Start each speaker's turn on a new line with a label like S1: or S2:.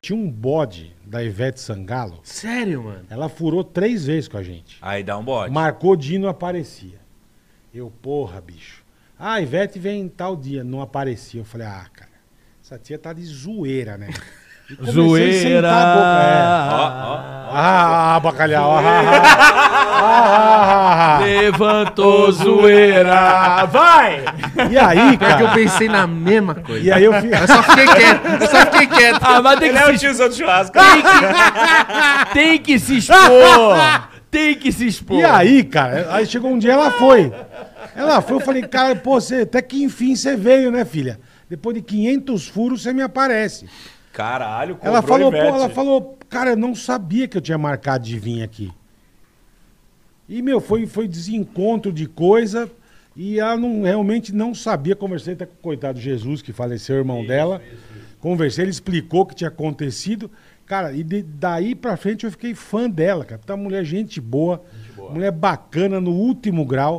S1: Tinha um bode da Ivete Sangalo.
S2: Sério, mano?
S1: Ela furou três vezes com a gente.
S3: Aí dá um bode.
S1: Marcou dia e não aparecia. Eu, porra, bicho. Ah, a Ivete vem tal dia, não aparecia. Eu falei, ah, cara, essa tia tá de zoeira, né? E comecei a
S2: Zoeira.
S1: sentar a boca, é. Ah, bacalhau. ah, ah, ah, ah, ah,
S2: Levantou zoeira. Vai!
S1: ah. E aí,
S2: Pior que eu
S1: cara?
S2: pensei na mesma coisa.
S1: E aí eu fiz.
S2: Eu só fiquei quieto. Eu só fiquei quieto.
S4: Ah, mas tem
S3: Ele
S4: que,
S3: é o
S4: se,
S3: tiozão do churrasco.
S4: tem que se expor. Tem que se expor.
S1: E aí, cara? Aí chegou um dia, ela foi. Ela foi, eu falei, cara, pô, você, até que enfim você veio, né, filha? Depois de 500 furos, você me aparece.
S3: Caralho, comprou
S1: Ela falou, pô,
S3: Ivete.
S1: ela falou, cara, eu não sabia que eu tinha marcado de vir aqui. E, meu, foi, foi desencontro de coisa. E ela não, realmente não sabia. Conversei até com o coitado Jesus, que faleceu, irmão dela. Conversei, ele explicou o que tinha acontecido. Cara, e de- daí pra frente eu fiquei fã dela, cara. Porque é uma mulher gente boa, mulher bacana no último grau.